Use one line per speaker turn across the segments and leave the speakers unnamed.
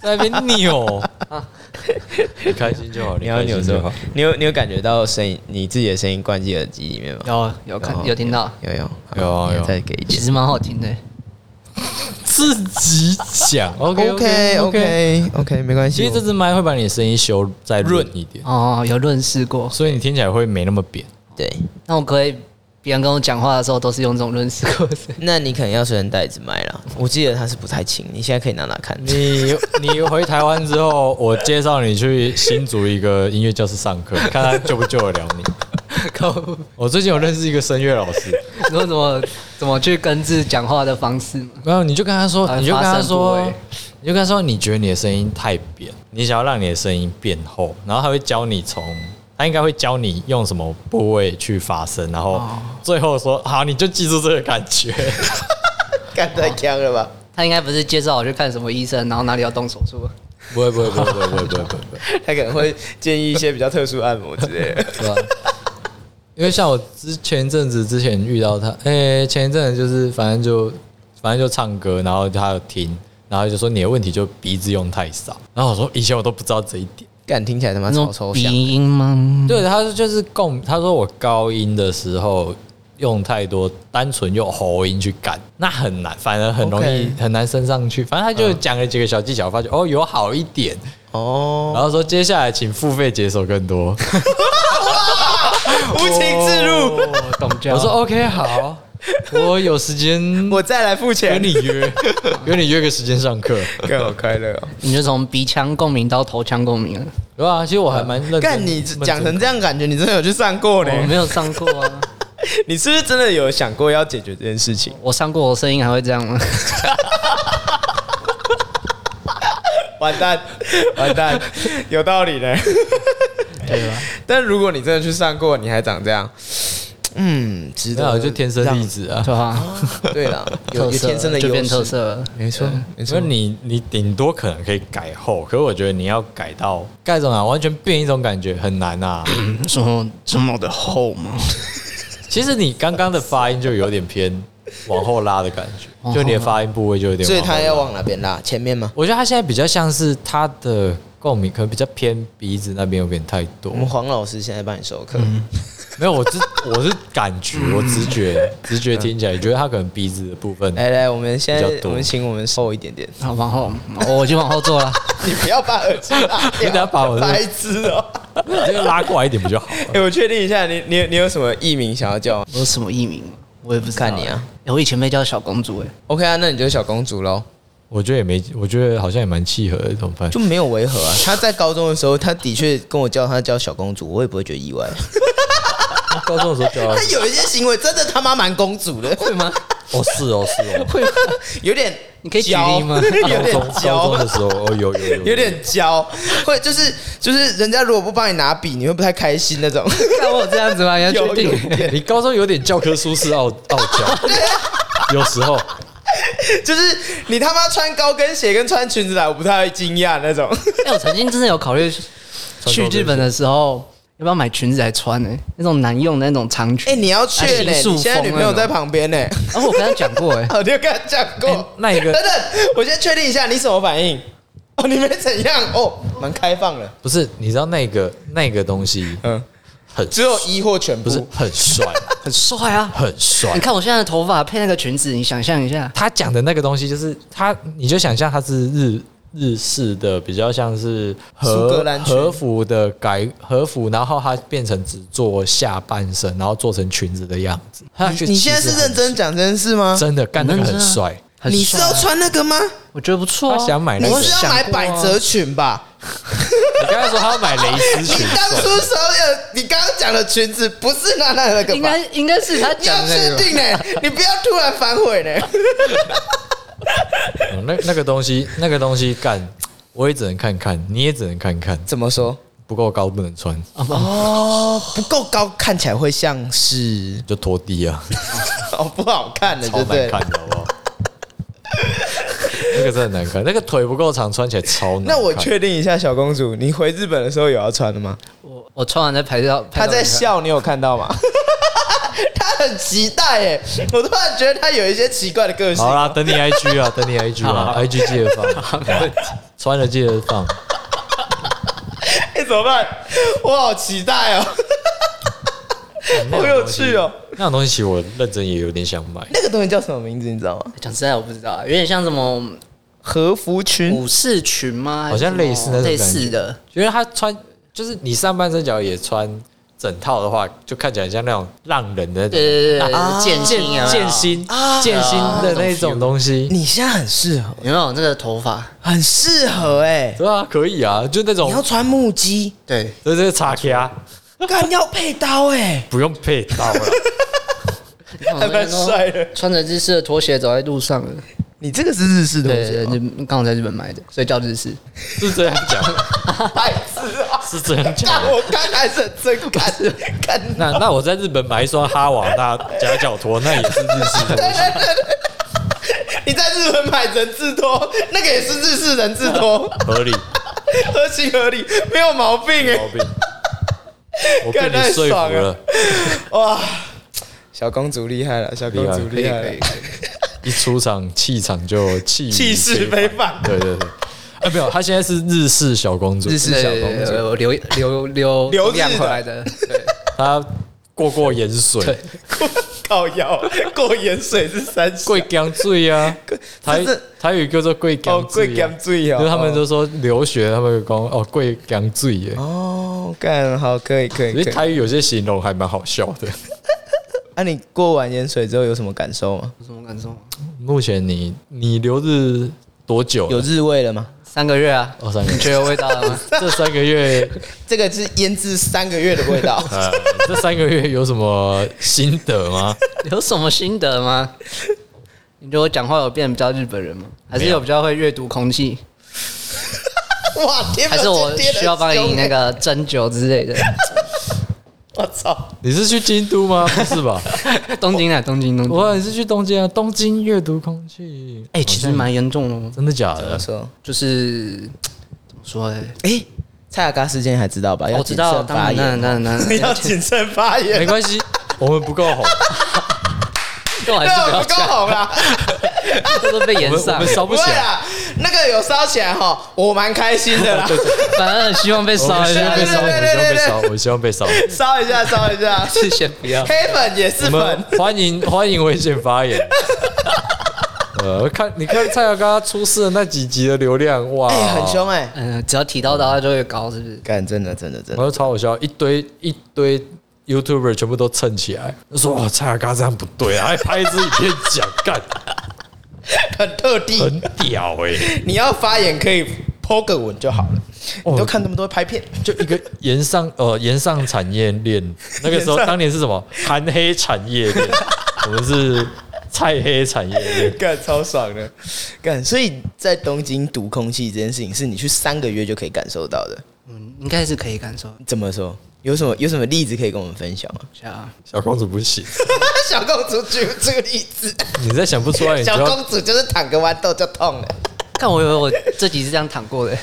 在那边 扭，啊你开心就好，
你要扭
开
什
心就好
么？你有你有感觉到声音，你自己的声音灌进耳机里面吗？
有有看有听到，
哦有有
啊有啊
好你
有
再给一
其
点。
实蛮好听的。
自己讲，OK
OK OK OK，没关系。
其实这
我
支麦会把你的声音修再润一点，
哦，有润饰过。
所以你听起来会没那么扁。
对，
那我可不可以别人跟我讲话的时候都是用这种润饰过 的声音。
那你可能要随身带着麦了。我记得它是不太轻，你现在可以拿拿看。
你你回台湾之后，我介绍你去新竹一个音乐教室上课，看他救不救得了你。
靠谱
我最近有认识一个声乐老师，
你说怎么怎么去根治讲话的方式吗？
没有你就跟他说，
哎
你就跟
发
他
声
说
部位，
你就跟他说，你觉得你的声音太扁，你想要让你的声音变厚，然后他会教你从。他应该会教你用什么部位去发声，然后最后说好，你就记住这个感觉。
干太强了吧？
他应该不是介绍我去看什么医生，然后哪里要动手术啊吧，
不会不会不会不会不会不会不会，
他可能会建议一些比较特殊按摩之类的。
对吧？因为像我之前一阵子之前遇到他，诶、前一阵子就是反正就反正就唱歌，然后他有听，然后就说你的问题就鼻子用太少，然后我说以前我都不知道这一点，
干听起来他妈
那
超
种
抽
鼻
象。
音吗？
对，他说就是共，他说我高音的时候用太多，单纯用喉音去干，那很难，反而很容易
OK
很难升上去。反正他就讲了几个小技巧，发觉哦有好一点，
哦，
然后说接下来请付费解锁更多。
无情自入，
哦，懂教。
我说 OK 好，我有时 间
我再来付钱
跟。 你 约，跟你约个时间上课，
干好快乐哦！
你就从鼻腔共鸣到头腔共鸣了。
对吧、其实我还蛮认真。
干你
认真
讲成这样，感觉你真的有去上过呢？
我
哦
没有上过啊，
你是不是真的有想过要解决这件事情？
我上过，我声音还会这样吗？
完蛋，完蛋，有道理嘞。
对吧？
但如果你真的去上过，你还长这样，嗯，值
没有
得
就天生丽质啊。
对吧？
对啦，有有
特色啊
天生的
就
优
变特
势，
色了。
没错，没
所
错
以。你你顶多可能可以改后，可是我觉得你要改到盖种啊，完全变一种感觉很难 啊。
什么这么的厚吗？
其实你刚刚的发音就有点偏往后拉的感
哦
觉，就你的发音部位就有点。
所以他要，往哪边拉？前面吗？
我觉得他现在比较像是他的共鸣，可能比较偏鼻子那边有点太多
我。
哦
们黄老师现在帮你授课，
没有，我是我是感 觉，我直觉直觉听起来，觉得他可能鼻子的部分
哎
来来，我们现在
比较
我
多
们请我们瘦一点 点，
好，往后，我我就往后坐了。
你不要把耳机拉
你等下
掉，
把我这个
白哦痴哦！
直接拉过来一点不就好了？
哎，我确定一下，你你你有什么艺名想要叫吗
我有什么艺名吗？我也不知道。
看你啊
欸！我以前被叫小公主哎、
？OK 啊，那你就是小公主喽。
我觉得也没，我觉得好像也蛮契合的，怎么办？
就没有违和啊。她在高中的时候，她的确跟我叫她叫小公主，我也不会觉 得意外。
高中的时候叫
她有一些行为真的他妈蛮公主 的，
会吗？
哦，是哦，是哦。
会吗？
有点
你可以举
娇
例吗
有
高
点
中高中
娇
的，时候，哦，有有有，
有点娇，会就是就是人家如果不帮你拿笔，你会不太开心那种。
看我这样子吗？你要
有
确定？
有点
你高中有点教科书式傲傲娇，有时候
就是你他妈穿高跟鞋跟穿裙子来，我不太会惊讶 那种。
哎、我曾经真的有考虑
穿
去日本的时候，要不要买裙子来穿呢、欸那种难用的那种长裙。
哎、你要去呢、
哎
你现在女朋友在旁边呢、欸
然后、我跟他讲过哎、
我就跟她讲
哎
过。
那一个
等等，我先确定一下你什么反应。哦，你没怎样哦，蛮开放的。
不是，你知道那个那个东西
嗯，
很
只有一或全部。
不是很帅，
很帅啊！
很帅
你。看我现在的头发配那个裙子，你想象一下，
他讲的那个东西就是他，你就想象他是日日式的，比较像是
苏格
和
兰裙
和服的改和服，然后它变成只做下半身，然后做成裙子的样子。他觉得
你现在
其实
是
很
认真讲这件事吗？
真的干那个
很认
很
真啊
帅，
很
你是
帅
要
啊，
穿那个吗？
我觉得不错、啊。
他想买那
你
个
是要买百褶裙吧？
你刚才说他要买蕾丝
你
裙，
当初说要，你刚刚讲的裙子不是那那那个
应
吧
该？应该是他
你要
讲的那
确
个。
定呢、欸你不要突然反悔呢、
嗯那那个东西，那个东西干，我也只能看看，你也只能看看，
怎么说？
不够高不能穿，
哦，不够高，看起来会像是
就拖地啊，
哦不好看的，
超
对不
难
对？
看的好不好？那个真的难看，那个腿不够长，穿起来超难看。
那我确定一下，小公主，你回日本的时候有要穿的吗？
我我穿完再拍照，拍
她在
照给你看。
笑，你有看到吗？ 他很期待哎，我突然觉得他有一些奇怪的个性。
好啦，等你 IG 啊，等你 IG 啊，IG 记 得放，穿了记得放。
哎、怎么办？我好期待哦， 好有趣哦。
那种东西其实我认真也有点想买，
那个东西叫什么名字？你知道吗？
哎讲实在，我不知道啊，有点像什么
和服裙
武士裙吗？还
嗯好
是
像类似
什
那
么
种
类
感觉
似的，
因为他穿就是你上半身脚也穿整套的话，就看起来很像那种浪人的那
对
种
对对对，剑
剑
心啊，
剑心
啊
剑心的那种东西，
你现在很适合，
有没有这个头发？
很适合哎、
对啊，可以啊，就那种
你要穿木屐，
对，
对对叉卡，
干要配刀哎、
不用配啊刀了，
还蛮帅的
穿着日式的拖鞋走在路上了。
你这个是日式东
对哦
西
对
吗，
对，就刚好在日本买的，所以叫日式。
是这样讲，
白痴啊！
是这样 讲
干。我刚开始很真干 干，
那那我在日本买一双哈瓦那夹脚拖，那也是日式的东西。
你在日本买人字拖，那个也是日式人字 拖，
合理
合情合理，没有毛病哎、
毛病。我被
干
你
太
说
爽啊
服
了
了，
哇！小公主厉害了，小公主厉害
可
了
以，
一出场气场就气宇
气势非凡。
对对对，啊没有，她现在是日式小公主，
日式小公主，我留留留
留日的
量回来的。对，
她过过盐水，
靠腰过盐水是三小
贵江醉啊，台
这是
台语叫做贵
哦，
江
贵
醉啊
咸，醉哦，
就是他们都说留学，他们讲哦贵江醉耶，
哦，干好可以可
因为
以可以。
台语有些形容还蛮好笑的。
那啊你过完盐水之后有什么感受吗？
有什么感受？
目前你你留日多久了？
有日味了吗？
三个月啊，
哦三个月
你觉得有味道了吗？
这三个月，
这个是腌制三个月的 味道
呃， 这三个月有什么心得 吗？
有什么心得吗？你觉得我讲话有变得比较日本人吗？还是
没有
有比较会阅读空气？
哇！天哪
还 是我
这天哪
需要帮
凶
你那
欸
个针灸之类的？
我操！
你是去京都吗？不是吧？
东京啊，东京，东京。
我也是去东京啊，东京阅读空气。
哎，其实蛮严重的哦，
真的假
我
的？
说，
就是怎么说？哎，
哎，蔡雅嘎事件还知道吧？
我
要
知
谨
道，
慎
当
发
然，那
言，
那 那，
你 要谨慎发
没
言。
关系，我们不够红，
那我还是
那我
不要
们够
讲，
红啦，
这都被
我
延
们我
上
们，烧
不
不
会
起来。
啦，那个有烧起来哈，我蛮开心的啦，
反而很希望被
我
烧
们希
一下
望。被烧，我们希望被烧，我们希望被烧。
烧一下，烧一 下。
是先不要。
黑粉也是
我们
粉，
欢迎欢迎危险发 言。呃，看你看蔡小刚他出事的那几集的流量，哇，
哎，很，凶哎，
嗯，只要提到的话就会高，是不是？
干，真的，真的，真的
然。后超好笑，一堆一堆 YouTuber 全部都蹭起来，就说哇蔡小刚这样不对啊，还拍一支影片讲，干
很特地，
很屌哎、
你要发言可以 Po 个文就好了。你都看那么多拍片，
就一个延上呃延上产业链，那个时候当年是什么韩黑产业 链，我们是菜黑产业链。
干超爽的，干。所以在东京读空气这件事情，是你去三个月就可以感受到的。
嗯，应该是可以感受一
怎么说？有什么有什么例子可以跟我们分享吗？
下啊。
小公主不行，
小公主举不出例子，
你再想不出来，哎你就
小
要
公主就是躺个豌豆就痛了，
看我以为我这集是这样躺过 的，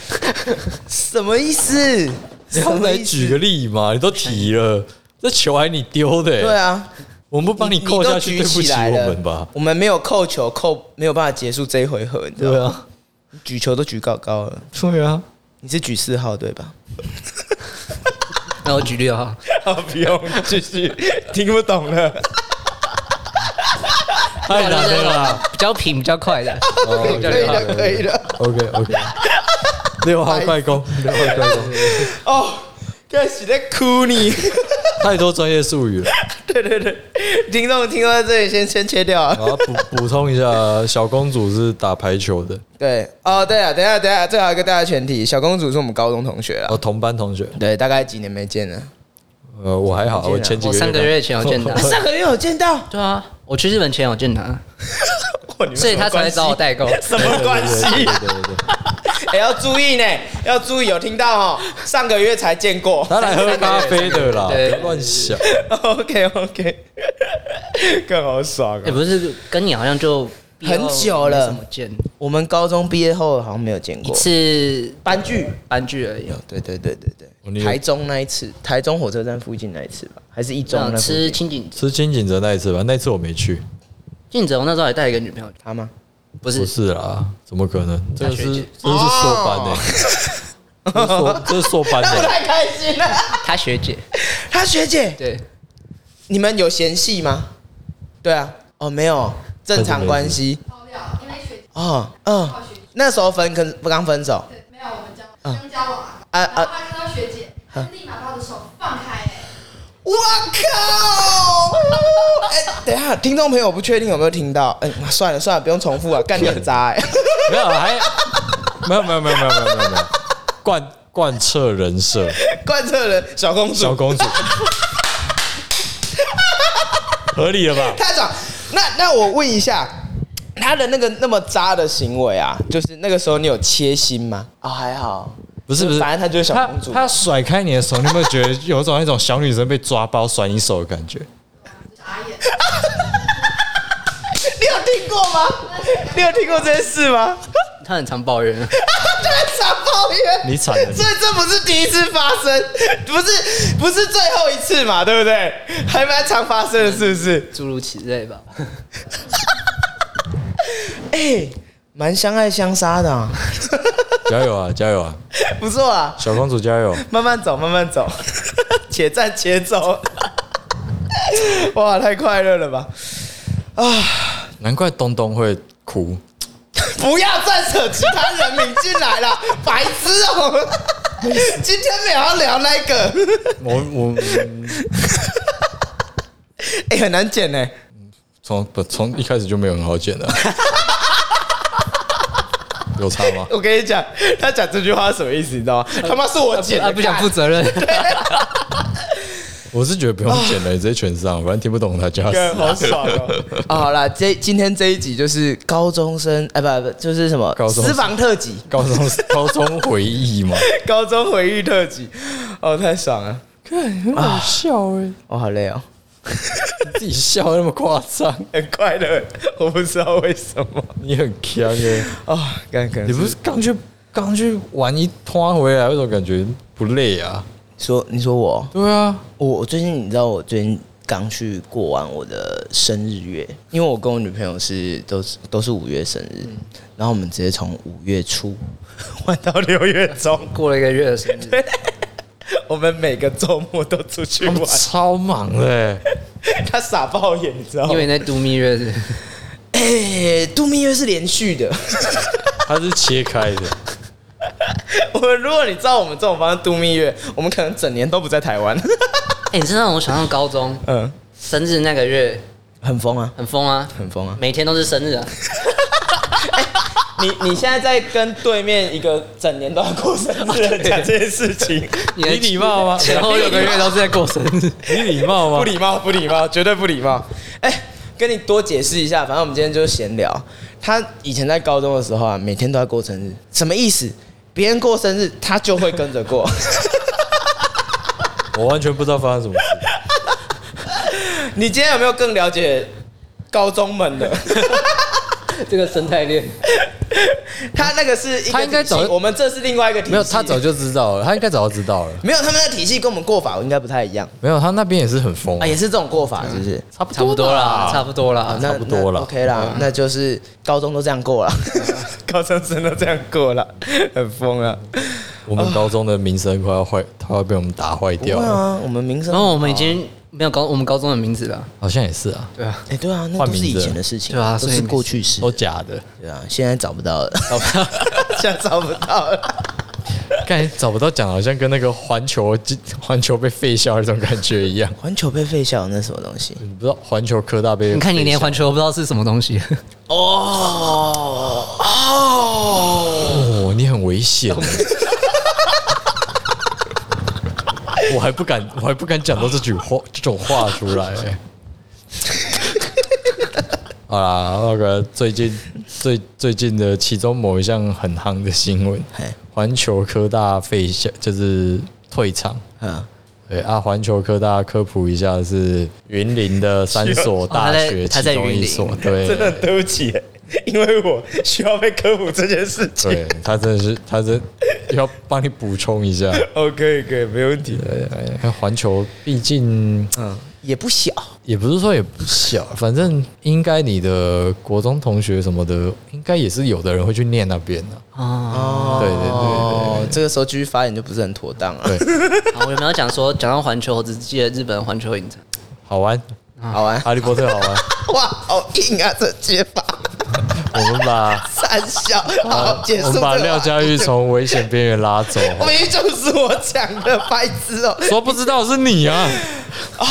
什么意思？
你
什
要
么
来
意思
举个？例嘛？你都提了，这球还你丢的、
哎对，啊，
我们不帮
你
扣
都
下去，
举
对不
起
起
来
我
了
们吧？
我们没有扣球，扣没有办法结束这一回合，你知道
啊，
吗？举球都举高高了，
对啊，
你是举四号对吧？
那我举例哦哈，
好，啊不用 继续，听不懂了。
太难了啦。
比较平、比较快的，
哦可
可 以了，可以了。
OK OK，六号快攻，六号快攻，
哦，开始在哭你。
太多专业术语了。
对对对，听众听到这里先先切掉啊。
我要补补充一下，小公主是打排球 的，
对，哦，对啊，等一下等一下，最后一个大家全体，小公主是我们高中同学啦。啊
哦，同班同学。
对，大概几年没见了？
呃，我还好，我
啊
前几
我
个月
三个月前有见他
上个月有见到，
对啊，我去日本前有见他，所以他才来找我代购。
什么关
对
系？
对对对，
哎，要注意呢，要注意，有听到哦，上个月才见过。
他来喝咖啡的啦，
对对对
别乱想。
OK OK，更好爽
也
啊！
哎不是跟你好像就 BO
很久了
没怎么见
我们高中毕业后好像没有见
一
过
次
班聚。
班剧而已
有，，对对对对
我那
对，
个
台中那一次，台中火车站附近那一次吧，还是一中那
想
附
吃
近
清景
吃金井泽那一次吧，那次我没去。
静泽，我那时候还带一个女朋友去，
他吗？
不
不
是
是啦，怎么可能？这个是
大
这
学姐
是硕班的、这是硕这是硕班欸
我
的、
太开心了。
她学姐，
他学姐，
对，
你们有嫌隙吗？对啊，哦，没有，正常关系。
爆料，因为学姐
哦，嗯，
靠学姐，
那时候分跟刚分手，
对，没有我们交刚交往啊，
啊
然后
啊，
他看到学姐，他立马把我的手放开，哎，
我靠！哎、等一下，听众朋友不确定有没有听到？哎、算了算了，不用重复了，干你很渣、哎
没有还没有没有没有没有没有没有没有贯贯彻人设，
贯彻了小公主，
小公主，合理了吧？
太爽。那那我问一下，他的那个那么渣的行为啊，就是那个时候你有切心吗？啊、还好，
不是不是，
反正她就是小
她
公主
她甩开你的手，你有没有觉得有种那种小女生被抓包甩你手的感觉？
傻 眼，
你有听过吗？你有听过这件事吗？
她很常抱怨，
对，傻抱怨，
你惨了你
所以这不是第一次发生，不是不是最后一次嘛，对不对？还蛮常发生的，是不是？
诸如此类吧。
哎、蛮相爱相杀的、啊，
加油啊，加油啊，
不错啊。
小公主加油！
慢慢走，慢慢走， 且战且走。 哇，太快乐了吧！
难怪东东会哭，
不要再扯其他人名进来了， 白痴哦、 今天没有要聊那个，
我我
哎、很难剪呢、
从不从一开始就没有很好剪的， 有差吗？
我跟你讲，他讲这句话是什么意思，你知道吗？他妈是我剪的，
啊，不想负
干
责任，
我是觉得不用剪了，你直接全上，反正听不懂他叫
干
死。
好爽哦、啊好啦，这今天这一集就是高中生，哎、不不，就是什么
高中生
私房特辑，
高中高中回忆 嘛，
高中回忆特辑，哦，太爽了，
好笑哎、
我、好累哦、
自己笑得那么夸张，
很快乐， 我不知道为什么。
你很强哎、
哦，刚刚
你不是刚去刚去玩一趟回来，为什么感觉不累啊？
说你说我
对啊，
我我最近你知道我最近刚去过完我的生日月，因为我跟我女朋友是都是都是五月生日，然后我们直接从五月初 玩到六月中，
过了一个月的生日，
我们每个周末都出去
他
玩
们，超忙的、欸，
他傻爆眼，你知道吗
因？为你在度蜜月是
哎、度蜜月是连续的，
他是切开的，
我们如果你照我们这种方式度蜜月，我们可能整年都不在台湾，
哎、你真的让我想上高中
嗯，
生日那个月
很疯啊，
很疯啊，
很疯啊。
每天都是生日啊，
你你现在在跟对面一个整年都要过生 日的人讲这件事情，
你的啊
你礼貌吗
前后六个月都是在过生日，
你礼貌
不
吗？
礼貌，不礼貌，绝对不礼貌。哎、跟你多解释一下，反正我们今天就闲聊。他以前在高中的时候啊，每天都在过生日，什么意思？别人过生日，他就会跟着 过。
我完全不知道发生什么事，
你今天有没有更了解高中们的？
这个生态链
他那个是一个
他应该
体系
早
我们这是另外一个体系。
没有，他早就知道了，他应该早就知道了，
没有，他们的体系跟我们过法应该不太一样
没有，他那边也是很疯、
啊，也是这种过法，是不是？
差不
差不多啦，差
不
不多啦，
那
差不多
那
了
OK 啦，那就是高中都这样过了，嗯 高中生都这样过了，很疯啊！
我们高中的名声快要坏，他要被我们打坏掉
对
了，
啊，我们名声
然
很好啊，
后我们已经没有高我们高中的名字了，
好像也是啊，
对啊，
哎，对啊，那
换
都是
名
以
字
前的事情，
对啊
都
所以
是
没
过去式
都，假的，
对啊，现在找不到了，找不到， 现在找不到了，
感觉找不到讲，好像跟那个环球环球被废校那种感觉一样。
环球被废校那什么东西？
你不知道环球科大被
你看你
废
连
校
环球都不知道是什么东 西，
哦哦，
哦，你很危险。 我还不敢，我还不敢讲到这句话这种话出来、欸。好啦，那个最近最最近的其中某一项很夯的新闻
嘿，
环球科大废校就是退场。
嗯，
对啊，环球科大科普一下是云林的三所大学
哦
其
他在他在
中一所
云，
对，
对不起，因为我需要被科普这件事情。
对他真的是，他真要帮你补充一下。
哦，可以可以，没问题。
对，哎环球毕竟
嗯，也不小，
也不是说也不小，反正应该你的国中同学什么的，应该也是有的人会去念那边的、
啊。
对对对对
哦，这个时候继续发言就不是很妥当啊。
好，我有没有讲说讲到环球，我只记得日本环球影城。
好玩，
好啊玩，
哈利波特好 玩。
哇，好硬啊，这接法
我们把
三小，好结束
我
这
们
个话
把
题。
廖佳玉从危险边缘拉走。哦
我明明就是我讲的，白痴哦、
说不知道是你啊，
啊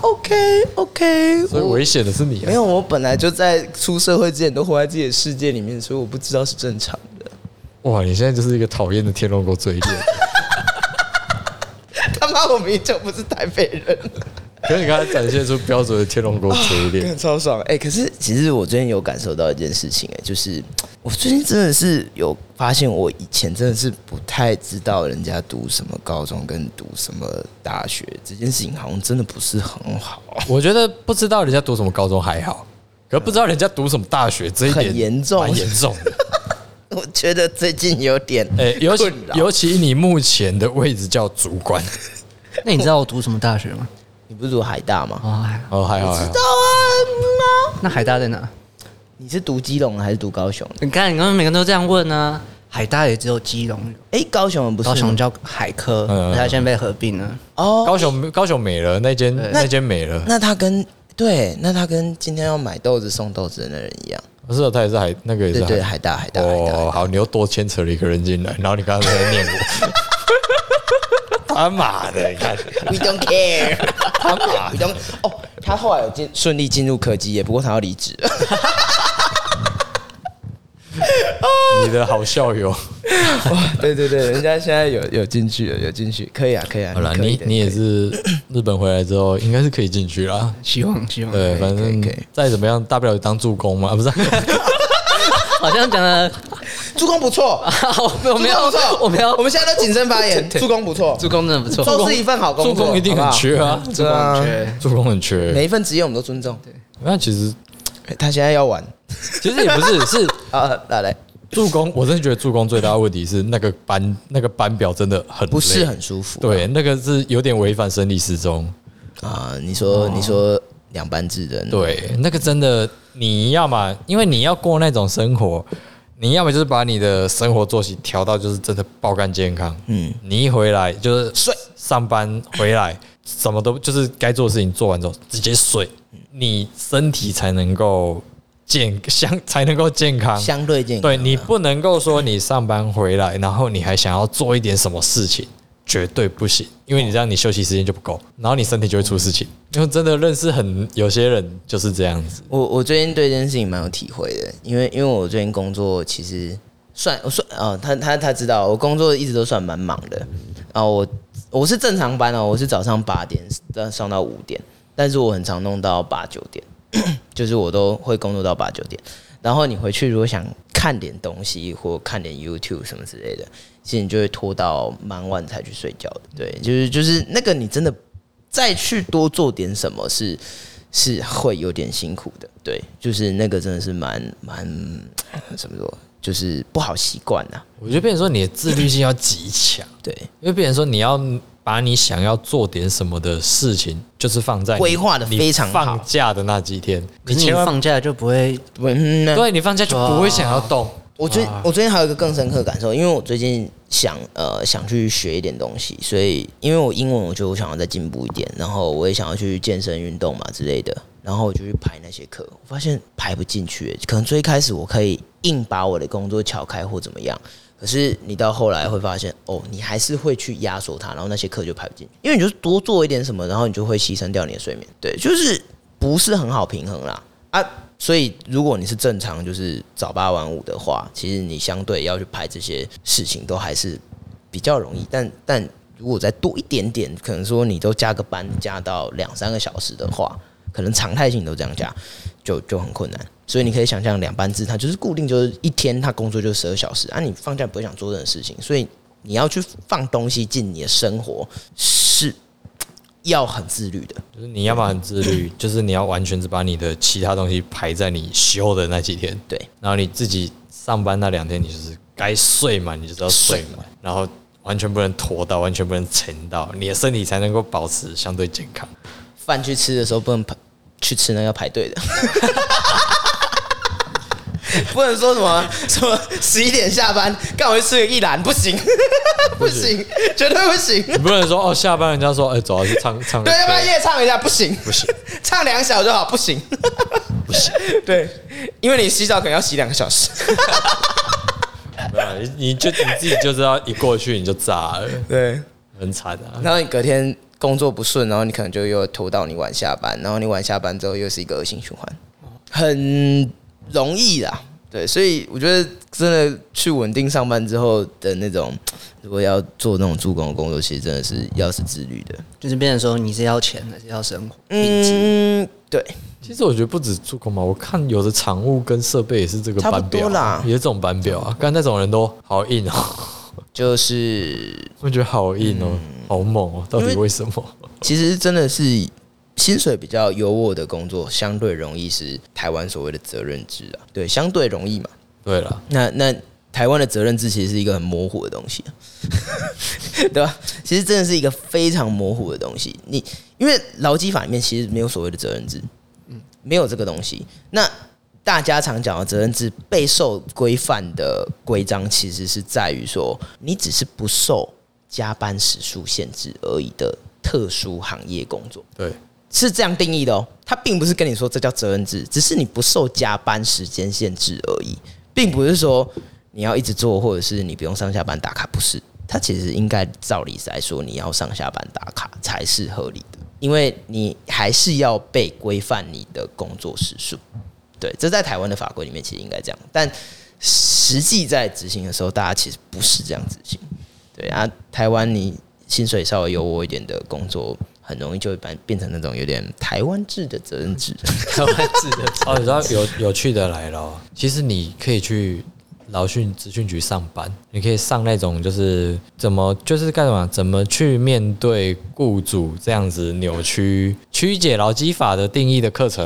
，OK OK，
所以危险的是你
没
啊。
有，我本来就在出社会之前都活在自己的世界里面，所以我不知道是正常的。
哇，你现在就是一个讨厌的天龙国嘴脸。
他妈，我明明就不是台北人，
可是你刚才展现出标准的天龙国嘴脸，
超爽哎、可是其实我最近有感受到一件事情哎、就是我最近真的是有发现，我以前真的是不太知道人家读什么高中跟读什么大学这件事情，好像真的不是很好，
我觉得不知道人家读什么高中还好，可不知道人家读什么大学这一点
很严重
蛮严重 的。
我觉得最近有点
哎、尤其
困扰
尤其你目前的位置叫主 管，
那你知道我读什么大学吗？
你不是读海大吗？
哦，还好
哦，还好还好，
那海大在哪？
你是读基隆的还是读高雄的？
你看，你刚刚每个人都这样问啊。海大也只有基隆有，
哎、高雄的不是吗
高雄叫海科，
嗯
它现在被合并了。
哦，
高雄高雄没了，那间那间没了，
那他跟对，那他跟今天要买豆子送豆子的那人一样，
不是哦他也是海那个也
对
是
对，海大海大海大，
哦，好，你又多牵扯了一个人进来，然后你刚才在念 我，他妈的，你看
We don't care，他
啊
We don't 哦，他后来有进顺利进入科技业，不过他要离职了。
你的好校友。
哦对对对，人家现在有有进去了，有进去，可以啊，可以啊。
好了，
可以
你
的
你也
可以
是日本回来之后，应该是可以进去啦。
希望希望，
对，
嗯可以
反正
可以可以
再怎么样，大不了当助攻嘛，啊不是？
好像讲的，
助攻不错，
我我没有
助攻不错，
我没有，
我们现在都谨慎发言，助攻不错，
助攻真的不错，
都是一份好工
助
作，
攻一定很缺 啊，
好不好，对啊，
助攻很缺。
每一份职业我们都尊重。
那其实
他现在要玩
其实也 不是，是
啊，来来，
助攻，我真的觉得助攻最大的问题是那个班那个班表真的很
不是
累
很舒服。
对，那个是有点违反生理时钟。
啊，你说你说两班制的，
对，那个真的，你要嘛，因为你要过那种生活，你要么就是把你的生活作息调到就是真的爆干健康，嗯，你一回来就是
睡，
上班回来什么都就是该做的事情做完之后直接睡，你身体才能够健相才能够健康。
相对健康，
对你不能够说你上班回来，然后你还想要做一点什么事情，绝对不行，因为你这样你休息时间就不够，然后你身体就会出事情。因为真的认识很有些人就是这样子，
我我最近对这件事情蛮有体会的，因为因为我最近工作其实算我算哦，他他他知道我工作一直都算蛮忙的，啊，我我是正常班哦，我是早上八点呃上到五点，但是我很常弄到八九点， 就是我都会工作到八九点。然后你回去如果想看点东西或看点 YouTube 什么之类的，其实你就会拖到蛮晚才去睡觉的。对，就是就是那个你真的再去多做点什么是是会有点辛苦的。对，就是那个真的是蛮蛮怎么说，就是不好习惯呐。
我觉得变成说你的自律性要极强，
对，
因为变成说你要把你想要做点什么的事情，就是放在你
规划得非常
你
好
放假的那几天，
可
你
是你
千万
放假就不会
我嗯那
对你放假就不会想要动。
我最我最近还有一个更深刻的感受，因为我最近想呃想去学一点东西，所以因为我英文，我觉得我想要再进步一点，然后我也想要去健身运动嘛之类的，然后我就去排那些课，我发现排不进去，可能最开始我可以硬把我的工作撬开或怎么样。可是你到后来会发现，哦，你还是会去压缩它，然后那些课就排不进去，因为你就是多做一点什么，然后你就会牺牲掉你的睡眠，对，就是不是很好平衡啦。啊，所以如果你是正常就是早八晚五的话，其实你相对要去排这些事情都还是比较容易。但但如果再多一点点，可能说你都加个班加到两三个小时的话，可能常态性都这样加，就就很困难。所以你可以想象，两班制它就是固定，就是一天他工作就十二小时啊，你放假不会想做任何事情，所以你要去放东西进你的生活是要很自律的，
就是你要么很自 律，就是你要完全是把你的其他东西排在你休的那几天，
对，
然后你自己上班那两天，你就是该睡满你就是要睡
睡
满，然后完全不能拖到，完全不能沉到，你的身体才能够保持相对健康。
饭去吃的时候不能排去吃那个要排队的， 不能说什么什么十一点下班，干我去吃个一兰，不行， 不行，绝对不行。
你不能说哦，下班人家说哎、走啊去唱唱个
对，要不然
歌，
夜唱一下，不行，
不行，
唱两小就好，不行，
不行，
对，因为你洗澡可能要洗两个小时，
没有你你就你自己就知道一过去你就炸了，
对，
很惨啊。
然后你隔天工作不顺，然后你可能就又拖到你晚下班，然后你晚下班之后又是一个恶性循环，很容易啦。对，所以我觉得真的去稳定上班之后的那种，如果要做那种助攻的工作，其实真的是要是自律的。
就是变成说你是要钱还是要生活？
嗯，对，
其实我觉得不止助攻嘛，我看有的厂务跟设备也是这个
差不
班表
多啦
啊，也是这种班表啊。刚那种人都好硬哦、
就是
我觉得好硬哦、好猛哦、到底为什么？
其实真的是薪水比较优渥的工作，相对容易是台湾所谓的责任制啊，对，相对容易嘛。
对了，
那那台湾的责任制其实是一个很模糊的东西， 对吧？其实真的是一个非常模糊的东西。你因为劳基法里面其实没有所谓的责任制，没有这个东西。那大家常讲的责任制备受规范的规章，其实是在于说，你只是不受加班时数限制而已的特殊行业工作。
对，
是这样定义的哦，他并不是跟你说这叫责任制，只是你不受加班时间限制而已，并不是说你要一直做，或者是你不用上下班打卡，不是。他其实应该照理来说，你要上下班打卡才是合理的，因为你还是要被规范你的工作时数。对，这在台湾的法规里面其实应该这样，但实际在执行的时候，大家其实不是这样执行。对啊，台湾你薪水稍微优渥一点的工作，很容易就会变变成那种有点台湾制的责任制。
台湾制的，
哦，你知道有有趣的来了哦。其实你可以去劳训资讯局上班，你可以上那种就是怎么就是干什么，怎么去面对雇主这样子扭曲曲解劳基法的定义的课程，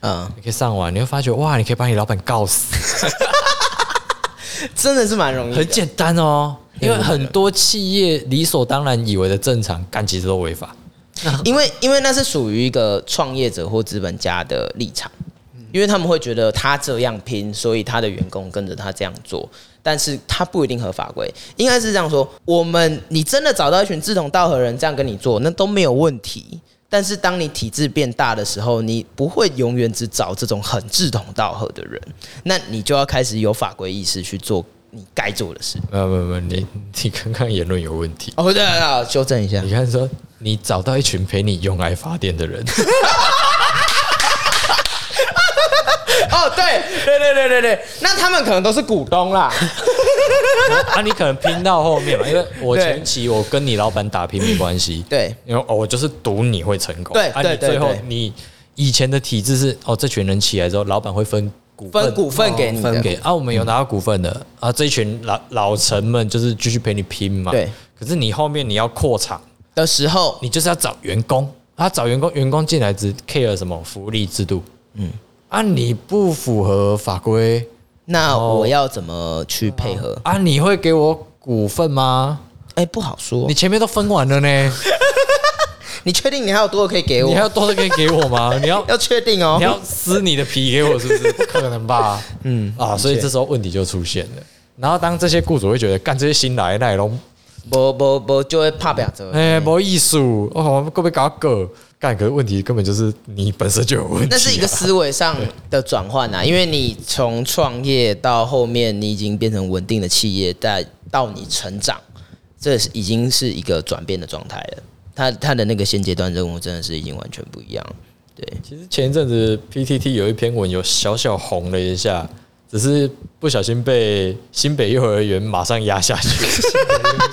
嗯，
你可以上完，你会发觉哇，你可以把你老板告死。
真的是蛮容易的，
很简单哦，因为很多企业理所当然以为的正常，干其实都违法。
因为因为那是属于一个创业者或资本家的立场，因为他们会觉得他这样拼，所以他的员工跟着他这样做，但是他不一定合法规，应该是这样说：我们你真的找到一群志同道合的人这样跟你做，那都没有问题。但是当你体制变大的时候，你不会永远只找这种很志同道合的人，那你就要开始有法规意识去做你该做的事。
没有没有没有，你你刚刚言论有问题。
哦，对对对，修正一下
你，看说你找到一群陪你用爱发电的人，
哦，对对对对对对，那他们可能都是股东啦。
啊，你可能拼到后面嘛，因为我
对
前期我跟你老板打拼没关系，
对，
因为哦，我就是赌你会成功，
对
啊，
对
你
对
最后
对
你以前的体制是哦，这群人起来之后，老板会分股份
分股份给你的
分给啊，我们有拿到股份的啊，这一群老老臣们就是继续陪你拼嘛，
对。
可是你后面你要扩厂，
的时候，
你就是要找员工，啊，找员工，员工进来只 care 什么福利制度，嗯，啊，你不符合法规，
那
哦
我要怎么去配合？
啊，你会给我股份吗？
哎、不好说
你。前面都分完了呢，
你确定你还有多少可以给我
你还？要多的可以给我 吗？你要
要确定哦
你。要撕你的皮给我是不 是？不可能吧？嗯啊，所以这时候问题就出现了。然后当这些雇主会觉得干这些新来的那龙，
不不不，就会怕表责。
哎、没意思哦，够不搞个干？可是问题根本就是你本身就有问题、啊，
那是一个思维上的转换
哎
啊，因为你从创业到后面，你已经变成稳定的企业，再到你成长，这是已经是一个转变的状态了。他他的那个现阶段任务真的是已经完全不一样了。对，
其实前一阵子 PTT 有一篇文有小小红了一下，只是不小心被新北幼儿园马上压下去。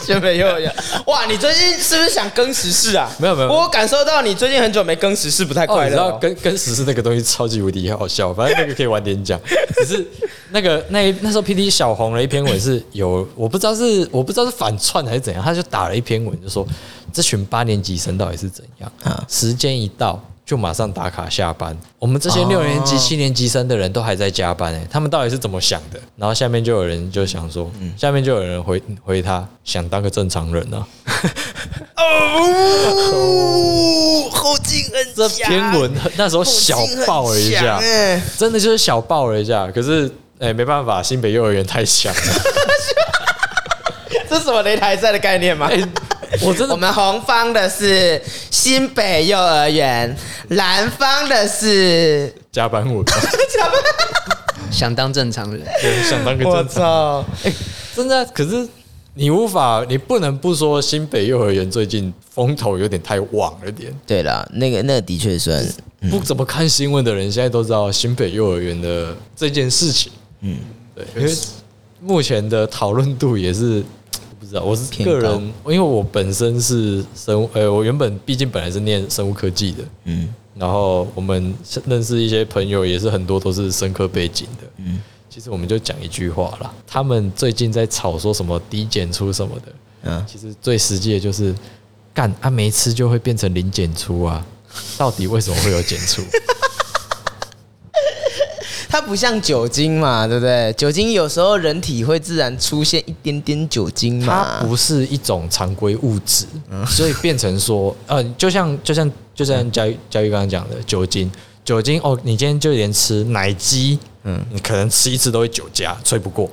新北幼儿园，哇，你最近是不是想更时事啊？
没有没有没有
我感受到你最近很久没更时事，不太
哦，
快
你知
乐
道
哦、
跟跟史诗那个东西超级无敌好笑，反正那个可以晚点 讲。只是那个那一那时候 P D 小红了一篇文是有我不知道是我不知道是反串还是怎样，他就打了一篇文就说这群八年级生到底是怎样，时间一到。就马上打卡下班。我们这些六年级、七年级生的人都还在加班哎、他们到底是怎么想的？然后下面就有人就想说，下面就有人回回他，想当个正常人啊。
哦，后劲很
这
强
篇文那时候小爆了一下
后劲很强，哎
真的就是小爆了一下。可是哎、没办法，新北幼儿园太强 了。
这是什么擂台赛的概念吗？
哎我真
我
的
们红方的是新北幼儿园，蓝方的是
加班我，哦
想当正常人，
想当个
我
正常。
操，
真的，可是你无法，你不能不说新北幼儿园最近风头有点太旺了点。
对了，那个那个的确算，
不怎么看新闻的人，现在都知道新北幼儿园的这件事情。嗯，对，因为目前的讨论度也是不知道，我是
偏
个
高
人，因为我本身是生物，呃，我原本毕竟本来是念生物科技的，
嗯，
然后我们认识一些朋友，也是很多都是生科背景的。嗯，其实我们就讲一句话啦，他们最近在吵说什么低检出什么的，
嗯
嗯，其实最实际的就是干啊，没吃就会变成零检出啊，到底为什么会有检出？
它不像酒精嘛，对不对？酒精有时候人体会自然出现一点点酒精嘛，
它不是一种常规物质，
嗯
所以变成说，呃，就像就像就像佳玉佳玉刚刚讲的酒精，酒精哦，你今天就连吃奶鸡，嗯，你可能吃一次都会酒驾，吹不 过，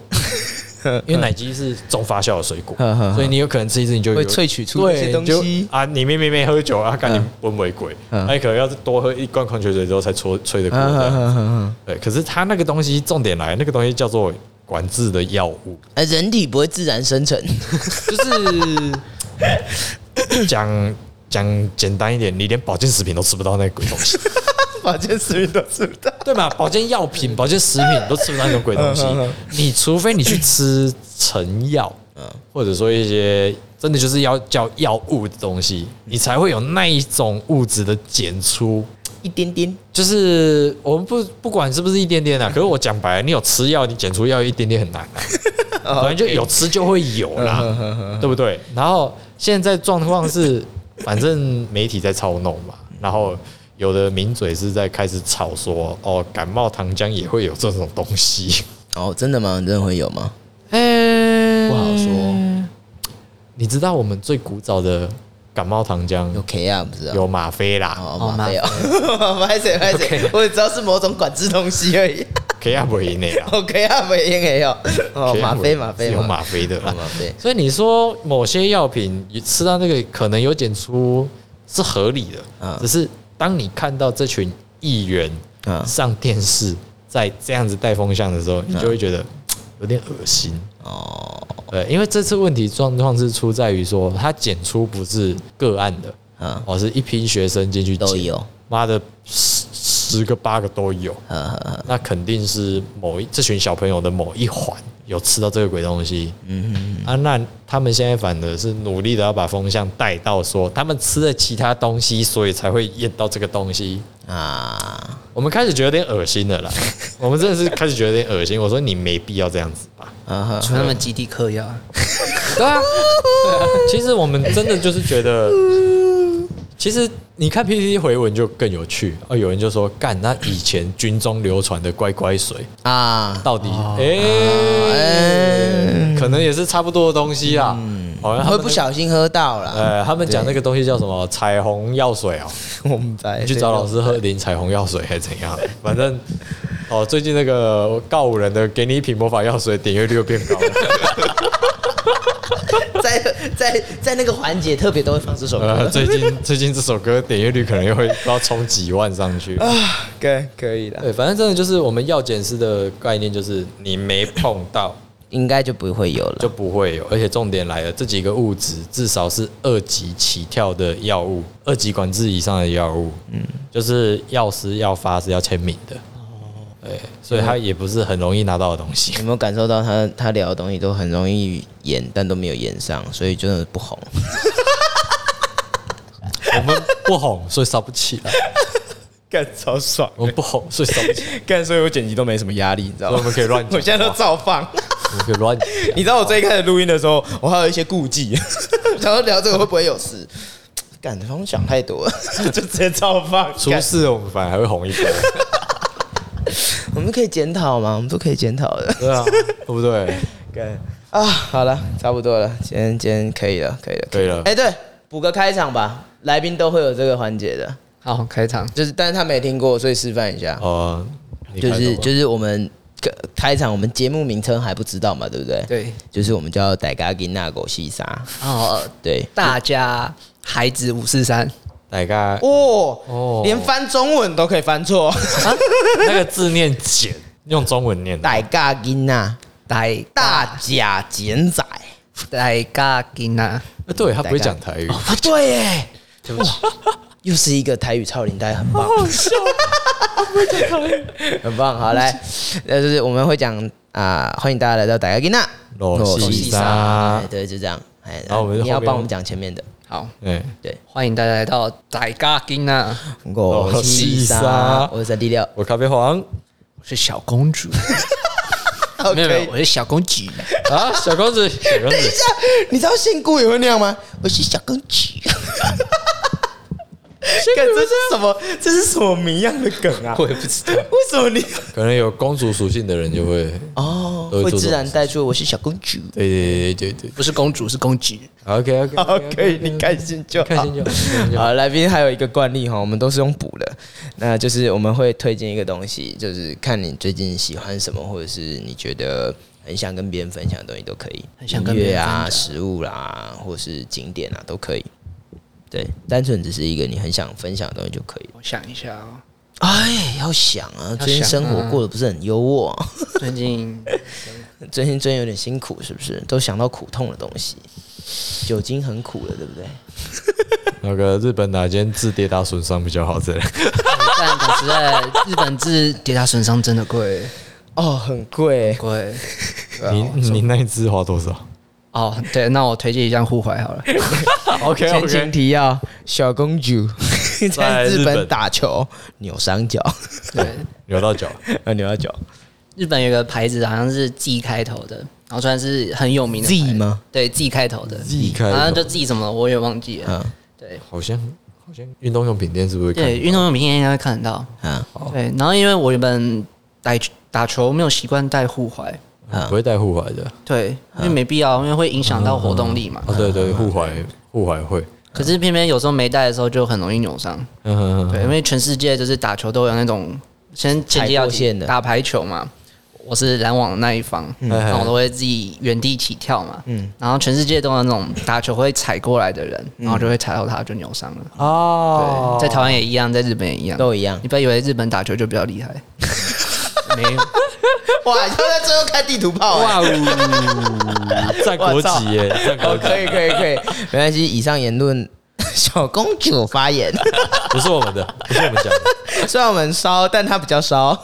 因为奶鸡是重发酵的水果
呵呵呵，
所以你有可能吃一次你就有
会萃取出一些
对
东西
你就啊，你明明没喝酒啊，赶紧温为鬼，
嗯
那你可能要多喝一罐矿泉水之后才吹吹得过。
嗯
这
嗯
样
嗯嗯
对，可是它那个东西重点来，那个东西叫做管制的药物。
呃，人体不会自然生 成，
就是讲讲简单一点，你连保健食品都吃不到那个鬼东西，
保健食品都吃不到。
对吧？保健药品、保健食品都吃不到那种鬼东西，
嗯
你除非你去吃成药，
嗯
或者说一些真的就是要叫药物的东西，你才会有那一种物质的检出。
一点点，
就是我们不不管是不是一点点啊，可是我讲白了，你有吃药，你检出药一点点很难啊。 反正就有吃就会有啦，对不对？然后现在状况是，反正媒体在操弄嘛，然后有的名嘴是在开始吵说，哦，感冒糖浆也会有这种东西，
哦，真的吗？你真的会有吗？
不好说。你知道我们最古早的感冒糖浆
有 K 啊，不知道。
有吗啡啦
哦，
哦
麻烦哦， 拍谁拍谁，我只知道是某种管制东西而已。
，K 亚维内啦，
OK 啊，没应该有哦，
K 亚
吗
维
啡吗啡
是有
吗
吗啡的
哦
啦，
吗啡，
所以你说某些药品你吃到那个可能有检出是合理的，
嗯
只是当你看到这群议员
嗯
上电视在这样子带风向的时候，你就会觉得嘖有点恶心。
嗯哦，
对，因为这次问题状况是出在于说，他检出不是个案的，
嗯
哦，是一批学生进去
都
检
有，
妈的十十个八个都有，
呵呵呵
那肯定是某一这群小朋友的某一环有吃到这个鬼东西，嗯啊，那他们现在反而是努力的要把风向带到说他们吃了其他东西，所以才会验到这个东西。
啊，
我们开始觉得有点恶心了啦，我们真的是开始觉得有点恶心。我说你没必要这样子吧。
啊哈，
除非他们集体嗑药，
对啊，其实我们真的就是觉得，其实你看 PPT 回文就更有趣啊，有人就说干那以前军中流传的乖乖水。
啊，
到底诶，可能也是差不多的东西啊啦。好像他
会
们
不小心喝到了，
呃，他们讲那个东西叫什么彩虹药水哦，
我们在
你去找老师喝零彩虹药水还是怎样？反正哦，最近那个告五人的给你一瓶魔法药水点阅率又变高了，
在在在那个环节特别都会放这首
呃，
歌，
最近最近这首歌点阅率可能又会不知道冲几万上去。
可可以的，
对，反正真的就是我们药检师的概念，就是你没碰到。
应该就不会有
就
了，
不会有。而且重点来了，这几个物质至少是二级起跳的药物，二级管制以上的药物，嗯，就是药师要发是要签名的。对，所以他也不是很容易拿到的东 西。
有没有感受到他他聊的东西都很容易演，但都没有演上，所以真的不红。
我们不红，所以烧不起 来；
干超爽，
我们不红，所以烧不起 来。
干所以我剪辑都没什么压力，你知道
所以我们可以乱讲话
照放。
我可以乱讲，
你知道我最一开始录音的时候，我还有一些顾忌， 想要聊这个会不会有事？干，好像想太多了， 就直接照放。
出
干
事我们反而还会红一波，
我们可以检讨吗？我们都可以检讨的。
对啊，对不对？
干啊，好了，差不多了，今天今天可以了，可以了，
可以了
哎、对，补个开场吧，来宾都会有这个环节的，
好，开场。
就是，但是他没听过，所以示范一下。
呃，你
就
看
是
懂吗
就是我们呃开场，我们节目名称还不知道嘛，对不对？，
对，
就是我们叫“傣嘎吉那狗西沙
哦，”，
对，
大家孩子五四三，
大概
哦
哦
连翻中文都可以 翻错，
那个字念简，用中文念的。
傣嘎吉那
大
大甲剪仔，
大家囡啊，
呃对他不会讲台语，
啊，对耶，对不起，又是一个台语超领带，很棒，好笑，很棒，好来，那就是我们会讲啊，欢迎大家来到傣嘎吉那
裸西沙
哎对，就这样，哎，
然后我们就
你要
后面
帮我们讲前面的。
好，
对，
对，
欢迎大家来到大家囡啊，
我是沙，我是三 D 六，
我咖啡黄
我是小公主， 没有没有，我是小公举，
啊，小公子，小公子，
你知道姓顾也会那样吗？我是小公举。梗这是什么？这是什么谜样的梗啊？
我也不知道，
为什么你
可能有公主属性的人就会，
哦
都会
会
做这种
自然带出我是小公举？
对对对对对
不是公主是公举，
，OK OK，
好，可以，你开心就好。
开心就好开心就好
好，来宾还有一个惯例哈，我们都是用补的，那就是我们会推荐一个东西，就是看你最近喜欢什么，或者是你觉得很想跟别人分享的东西都可以，
很想跟别人
音乐啊、
分享
食物啦，或是景点啊都可以。对，单纯只是一个你很想分享的东西就可以了。
我想一下哦，
哎，要想啊，最近生活过得不是很优渥、啊，
最近
最近最近有点辛苦，是不是？都想到苦痛的东西，酒精很苦的，对不对？
那个日本哪间字跌打损伤比较好之类的？
但讲实在，日本字跌打损伤真的贵
哦，很贵，
贵
你你那一只花多少
哦。对，那我推荐一项护踝好 了，
？OK
前情提要：小公主 在
在日
日
本
本打球扭伤 脚，
对。
扭到脚，
啊，扭到脚
日本有个牌子好像是 G 开头的，然后算是很有名的牌
Z 吗？
对，G 嗯开头的
Z 开头
好像啊就 G 什么我也忘记了。
啊
对
好像好像运动用品店是不是会看
对，运动用品应该会看得到。
啊
对，然后因为我原本打打球没有习惯戴护踝，
不会带护踝的？
对，因为没必要，因为会影响到活动力嘛。
哦，对对，护踝护踝会，
可是偏偏有时候没戴的时候就很容易扭伤。
嗯嗯
对，因为全世界就是打球都有那种先前提要
踩过线的
打排球嘛，我是拦网那一方，然后我都会自己原地起跳嘛，然后全世界都有那种打球会踩过来的人，然后就会踩到他就扭伤了。
嗯，哦
对，在台湾也一样，在日本也一样，
都一样
你。不要以为日本打球就比较厉害，没有
哇，又在最后看地图炮哎哇！
在国籍耶，在国
哦，
籍
可以可以可以，没关系。以上言论， 小公主发 言，
不是我们的，不是我们讲的，
虽然我们烧，但她比较烧。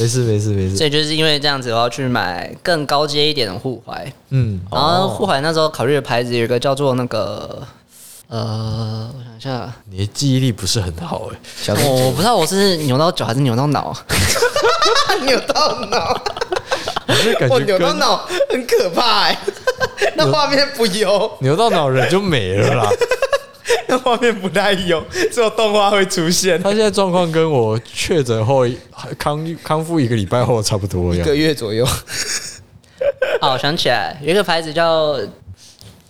没事没事没事，
所以就是因为这样子，我要去买更高阶一点的护踝，
嗯，
然后护踝那时候考虑的牌子有一个叫做那个。呃，我想一下，
你的记忆力不是很好哎，
小公
我不知道我是扭到脚还是扭到脑，
主扭到脑，
你是感
我
觉
扭到
跟
脑很可怕 哎，那画面不优，
扭到脑人就没了啦。
那画面不太优，只有动画会出现。
他现在状况跟我确诊后康康复一个礼拜后差不多一
一
样
个。月左右，
哦，我想起来有一个牌子叫，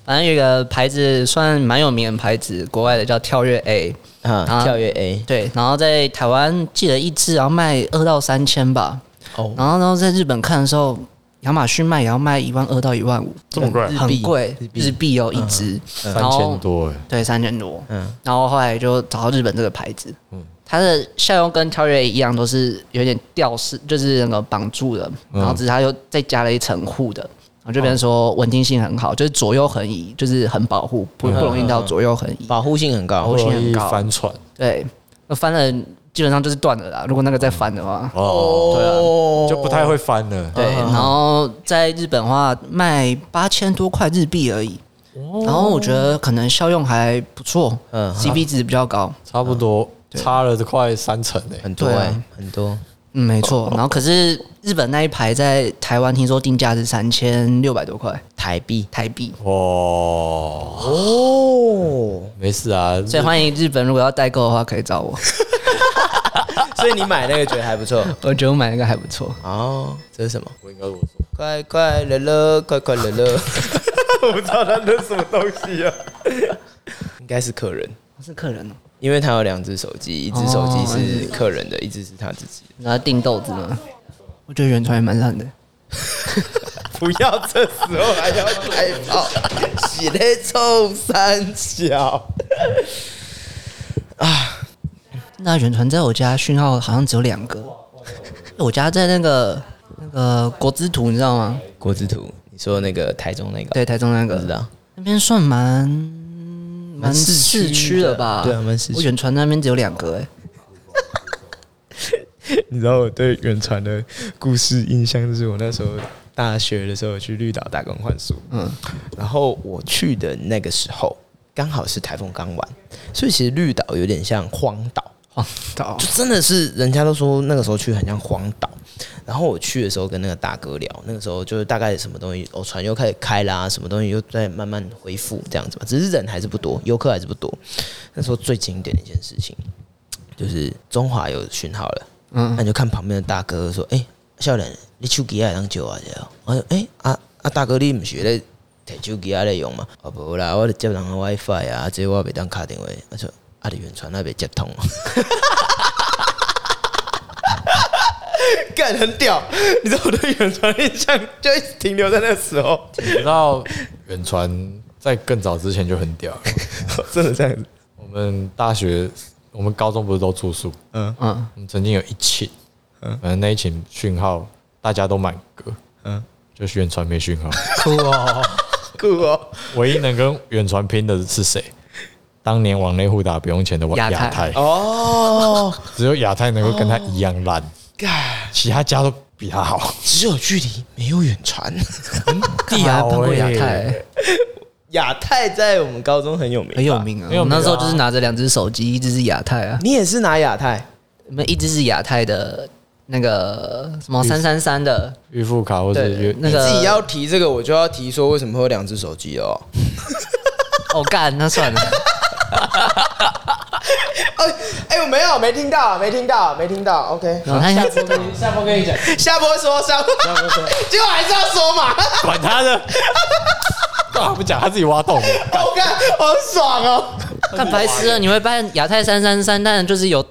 反正有一个牌子算蛮有名的牌子，国外的叫跳跃 A，
啊
跳
跃 A
对，然后在台湾记得一只然后卖二到三千吧，
哦，
然后然后在日本看的时候，亚马逊卖也要卖一万二到一万五，
这么贵
很贵
日，币
日币哦一只，然
三
后
千，多哎，
对，三千多，
嗯
然后后来就找到日本这个牌子，它的效用跟跳跃一样，都是有点吊饰，就是那个绑住的，然后只是它又再加了一层护的，然后这边说稳定性很好，就是左右横移，就是很保
嗯
护，不不容易到左右横移，
保护性很高
保护性
容易
很高
翻船，
对，那翻了基本上就是断了啦。如果那个再翻的话，
哦，
哦
就不太会翻了。
对，然后在日本的话卖八千多块日币而已。然后我觉得可能效用还不错，
嗯
嗯，CP 值比较高，
差不多差了快三成诶、
很多
对
哎、
啊
很多
嗯，没错。然后可是日本那一排在台湾听说定价是三千六百多块
台币
台币，
哦，
哦，
没事啊，
所以欢迎日本如果要代购的话可以找我，
所以你买那个觉得还不错
我觉得我买那个还不错。
哦，这是什么？
我应该我说，
快快乐乐，快快乐乐，我不知道他那是什么东西啊，应该是客人。
我是客人哦，
因为他有两只手机，一只手机是客人的，一只是他自己的。
然后订豆子吗？我觉得原创也蛮烂的。
不要这时候还要开炮，洗嘞冲三小。
那远传在我家讯号好像只有两个， 我家在那个那个国之图，你知道吗？
国之图，你说那个台中那个，
对，台中那
我知
个
道。
那边算蛮蛮
市区
市区
的
的吧？
对啊蛮市区
我远传那边只有两个哎、
你知道我对远传的故事印象，就是我那时候大学的时候去绿岛打工换宿，嗯，然后我去的那个时候刚好是台风刚完，所以其实绿岛有点像荒岛，
荒岛
就真的是人家都说那个时候去很像荒岛。然后我去的时候跟那个大哥聊，那个时候就是大概什么东西，哦，船又开始开啦，什么东西又在慢慢恢复这样子嘛，只是人还是不多，游客还是不多。那时候最经典的一件事情就是中华有讯号了，嗯，那你就看旁边的大哥说，哎、少年，你手机也当借我一下哦。我说，哎、啊啊，大哥，你毋是咧摕手机啊咧用嘛？哦，无啦，我咧接人的 WiFi 啊，这我袂当敲电话。我说，啊，你远传那袂接通哦。干很屌， 你知道我对远传印象就一直停留在那个时候，
你知道远传在更早之前就很屌了。
真的这样子。
我们大学，我们高中不是都住宿，
嗯
嗯，
我们曾经有一寝，反正那一寝讯号大家都满格，
嗯，
就是远传没讯号。
酷哦，
酷哦，
唯一能跟远传拼的是谁？当年往内互打不用钱的
亚
亚
太
亚太，
哦，
只有亚太能够跟他一样烂，
干，
其他家都比他好。
只有距离没有远传。
干嘛要碰啊过亚
屌
太
哎
欸？
亚太在我们高中很有名，
很有。名啊！
很有
我
名啊
那时候就是拿着两只手机，一只是亚太啊，
你也是拿亚太？
我们一只是亚太的那个什么三三三的，
预付卡或是
对
约，
那
你自己
个
要提这个，我就要提说为什么会有两只手机 哦。
哦干，那 算了，
哎哎，我没有，没听到，没听到，没听到。OK，
然后他
下播跟你下播跟你讲，下播说，下播下播说，结果还是要说 嘛。
管他 的，干嘛不讲？他自己挖洞的。
我看好爽哦。
干白痴啊！你会办亚太三三三，但就是有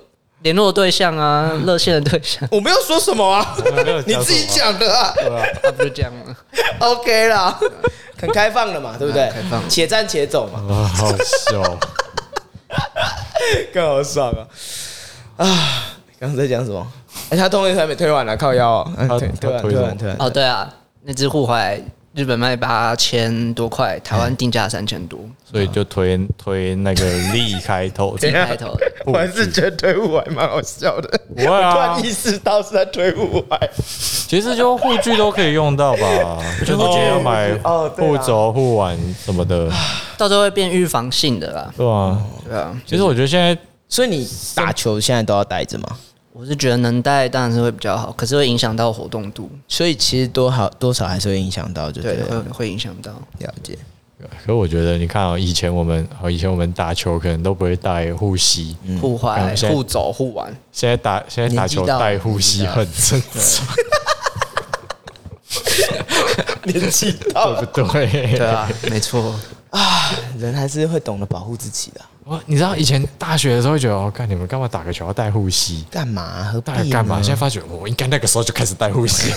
联络对象啊，热线的对象，
我没有说什么啊
没有，讲什
你
么啊
自己讲的啊。
那不就这样吗？
OK 啦， 很开放了 嘛，对不对？
开放
且战且走嘛，
啊，好笑！
更好爽啊！啊，刚刚在讲什么？哎，他东西还没推完呢，靠腰哦。哎
他
推推
他
完
推
推
什
完
么
推完。
哦，对啊，那只护踝日本卖八千多块，台湾定价 三千多，
所
啊
以就推推那个力开 头，
自己开头的。
我还是
觉得推五还蛮好笑的。
不 会啊我突然意
识到是在推五还。
其实就护具都可以用到吧， 就你今天要买
哦对啊哦啊
护肘、护腕什么的，
到时候会变预防性的 啦。
对吧？
对啊，
其实我觉得现在
所以你打球现在都要带着吗？
我是觉得能带当然是会比较好，可是会影响到活动度，
所以其实多好多少还是会影响到，就对
对，会
了。
会影响到。
了解。
可我觉得，你看啊、以前我们，哦，以前我们打球可能都不会带护膝，
护
嗯
踝、
现在
护肘、护腕，
现在打现在打球
年纪到了
带护膝很正常，
年纪
对不对？
对啊，没错。
人还是会懂得保护自己的。
我哦你知道以前大学的时候会觉得，哦，看你们干嘛打个球要带护膝，
干嘛？何必
大家干嘛？
呢
现在发觉我应该那个时候就开始带护 膝，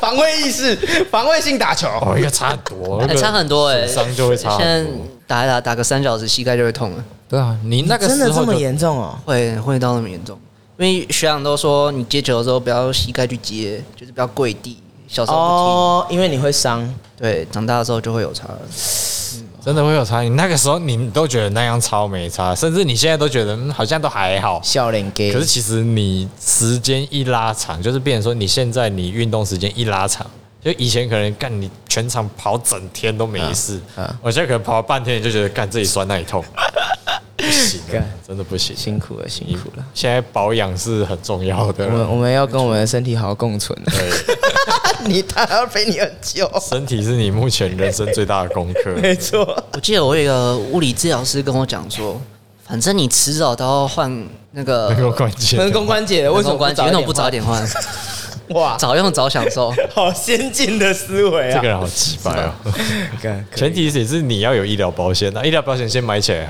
防卫意识，防卫性打球。
哦，应该差很多，
哎、差很多哎、欸，
伤就会差
现在
很多。
打一打打个三小时，膝盖就会痛了，
对啊，你那个
真的
时
这
候
么
就
严重哦？
会会到那么严重。因为学长都说，你接球的时候不要膝盖去接，就是不要跪地。小时候不听
哦哦，因为你会伤
对，长大的时候就会有差了。
真的会有差异。那个时候你都觉得那样超没差，甚至你现在都觉得嗯好像都还好。
笑脸给
可是其实你时间一拉长，就是变成说你现在你运动时间一拉长，就以前可能干你全场跑整天都没事，
嗯嗯
我现在可能跑半天你就觉得干这里酸那里痛，不行啊
干，
真的不行。
辛苦了，辛苦了。
现在保养是很重要的
我，们我们要跟我们的身体好好共存。
嗯对，
你他要陪你很久，
身体是你目前人生最大的功课。
没错。
我记得我有一个物理治疗师跟我讲说，反正你迟早都要换那个
能够关 键
人工关节，为什么
关节，为什么不哦早
早
点换？
换？哇，
早用早享 受。
好先进的思维啊！
这个人好奇怪啊！
干可以
前提也是你要有医疗保险啊，医疗保险先买起来。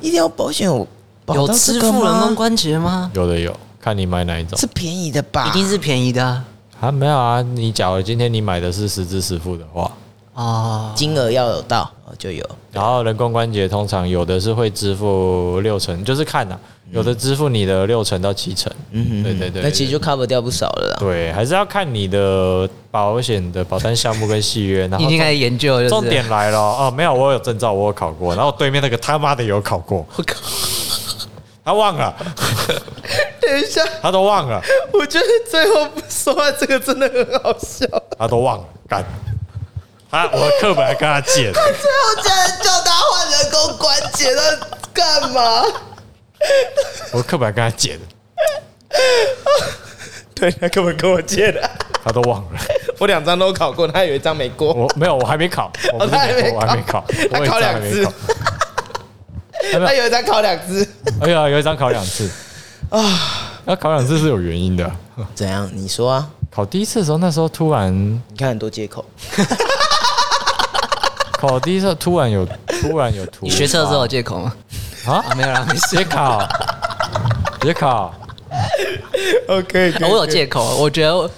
医疗保险有保
有
到这
支
个
付人
吗
工关节吗？
有的有，看你买哪一种
是便宜的吧？
一定是便宜的啊
啊？没有啊，你假如今天你买的是实支实付的话，
哦
金额要有到哦就有。
然后人工关节通常有的是会支付六成，就是看呐、有的支付你的六成到七成。
嗯哼
对对对
那其实就 cover 掉不少了啦。
对，还是要看你的保险的保单项目跟契约。然
已
后
经开始研究了，就是
重点来了哦，没有，我有证照，我有考过，然后对面那个他妈的有考 过，
我靠！
他忘了，
等一下，
他都忘了，
我觉得最后不说话这个真的很好笑。
他都忘了，干。他我的课本还跟他借的，
最后竟然叫他换人工关节，那干嘛？
我的课本还跟他借的，
对他根本跟我借的，
他都忘了。
我两张都考过，他有一张没过。
我没有，我还没 考，我不
哦
是
他还
美
没
国，我还没 考，
他
我有一张
考两
还没
次
考 哎没有
他有一张考两 次。
哎呀，有一张考两次 啊，那考两次是有原因的。
怎样？你说啊？
考第一次的时候，那时候突然
你看很多借 口。
考第一次突然有突然有突
你学车之后有借口吗？哦
啊，没有啦，没 事。别考，别考，
OK，
我有借口，我觉得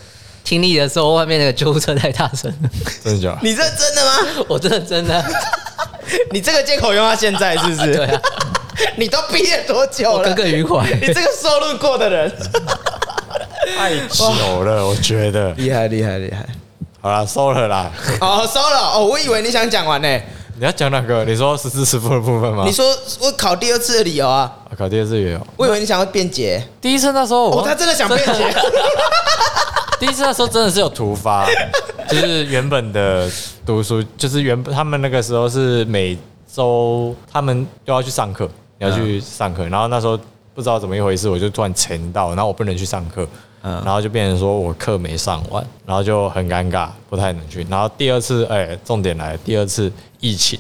听力的时候外面那个救护车太大声了，
真的假的？
你这真的 吗？
我真的真的，
你这个借口用到现在是不是？
对啊，
你都毕业多久
我
了？
耿耿于怀。
你这个受辱过的人，
太久了，我觉得。
厉害厉害厉害！
好啦，收了啦。
哦，收了哦，我以为你想讲完呢。
你要讲哪个？你说十字十付的部分吗？
你说我考第二次的理由啊，
啊考第二次也有。
我以为你想要辩解。
第一次那时候我
哦，他真的想辩解。
第一次那时候真的是有突发，就是原本的读书，就是原本他们那个时候是每周他们都要去上课，你要去上课，然后那时候不知道怎么一回事，我就突然沉到，然后我不能去上课，
嗯
然后就变成说我课没上完，然后就很尴尬，不太能去。然后第二次，哎、重点来了，第二次疫情。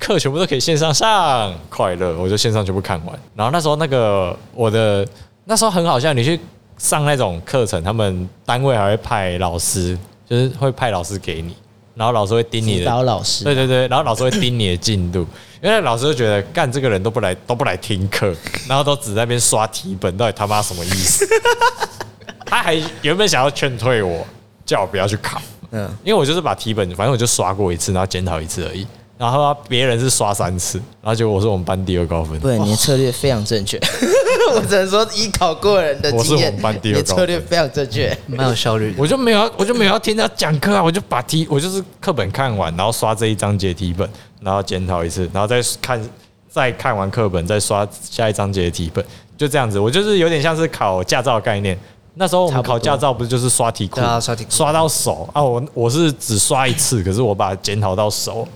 课全部都可以线上上，快乐！我就线上全部看完。然后那时候那个我的那时候很好笑，你去上那种课程，他们单位还会派老师，就是会派老师给你，然后老师会盯你的，
老
对
师，
对对，然后老师会盯你的进度，因为老师就觉得干这个人都不来都不来听课，然后都只在那边刷题本，到底他妈什么意思？ 他还原本想要劝退我，叫我不要去考，
嗯，
因为我就是把题本，反正我就刷过一次，然后检讨一次而已。然后他别人是刷三次，然后结果我是我们班第二高分，
对，你的策略非常正确。 我只能说，以考过人的
我是
经验
我们班，第
你
二
的
高
策
分
略非常正确。
蛮有效率的，
我就没有要，我就没有要听他讲课啊，我就把题，我就是课本看完，然后刷这一章节题本，然后检讨一次，然后再看，再看完课本，再刷下一章节的题本，就这样子。我就是有点像是考驾照的概念。那时候我们
差不多
考驾照不是就是刷题库，
对啊刷题库
刷到手啊！我我是只刷一次，可是我把它检讨到手，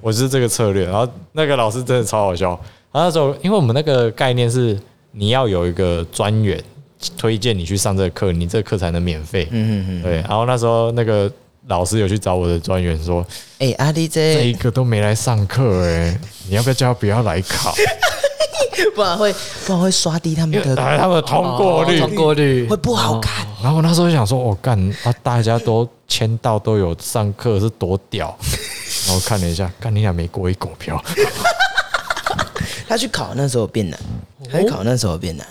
我是这个策略。然后那个老师真的超好笑，然后那时候因为我们那个概念是你要有一个专员推荐你去上这个课，你这个课才能免费。
嗯嗯嗯。
对，然后那时候那个老师有去找我的专员说，
哎，阿弟
这
这
一，个都没来上课哎、你要不要叫他不要来考？
不然会不然会刷低他们
因为
的，
他们的通过率。
哦通过率
会不好看。
然后我那时候就想说，我、干，啊，大家都签到都有上课是多 屌。然后看了一下，看你俩没过一狗票，
他去考那时候变难，他去考那时候变难。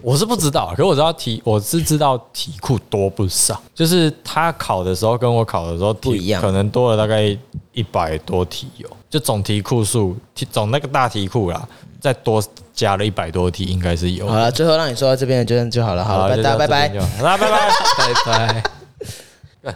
我是不知道，可是我知道题，我是知道题库多不少，就是他考的时候跟我考的时候题
不一样
可能多了大概一百多题有，就总题库数，题总那个大题库啦，再多加了一百多题，应该是有。
哦好了，最后让你说到这边就就好了，好
好
了，
了，
大家拜拜。
大家拜拜。
拜拜。